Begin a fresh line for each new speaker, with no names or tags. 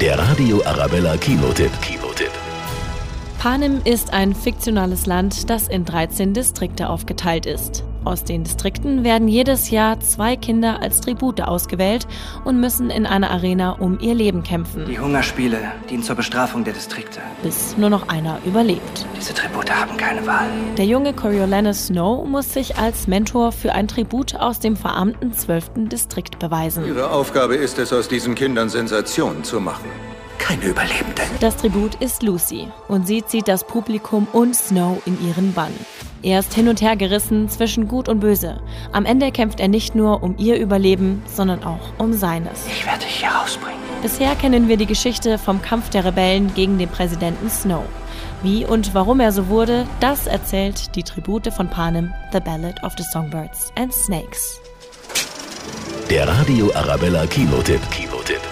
Der Radio Arabella Kinotipp. Kinotipp.
Panem ist ein fiktionales Land, das in 13 Distrikte aufgeteilt ist. Aus den Distrikten werden jedes Jahr zwei Kinder als Tribute ausgewählt und müssen in einer Arena um ihr Leben kämpfen,
Die Hungerspiele dienen zur Bestrafung der Distrikte.
bis nur noch einer überlebt.
Diese Tribute haben keine Wahl.
Der junge Coriolanus Snow muss sich als Mentor für ein Tribut aus dem verarmten 12. Distrikt beweisen.
Ihre Aufgabe ist es, aus diesen Kindern Sensationen zu machen.
Keine Überlebenden.
Das Tribut ist Lucy und sie zieht das Publikum und Snow in ihren Bann. Er ist hin und her gerissen zwischen Gut und Böse. Am Ende kämpft er nicht nur um ihr Überleben, sondern auch um seines.
Ich werde dich hier rausbringen.
Bisher kennen wir die Geschichte vom Kampf der Rebellen gegen den Präsidenten Snow. Wie und warum er so wurde, das erzählt die Tribute von Panem, The Ballad of the Songbirds and Snakes.
Der Radio Arabella Kinotipp. Kinotipp.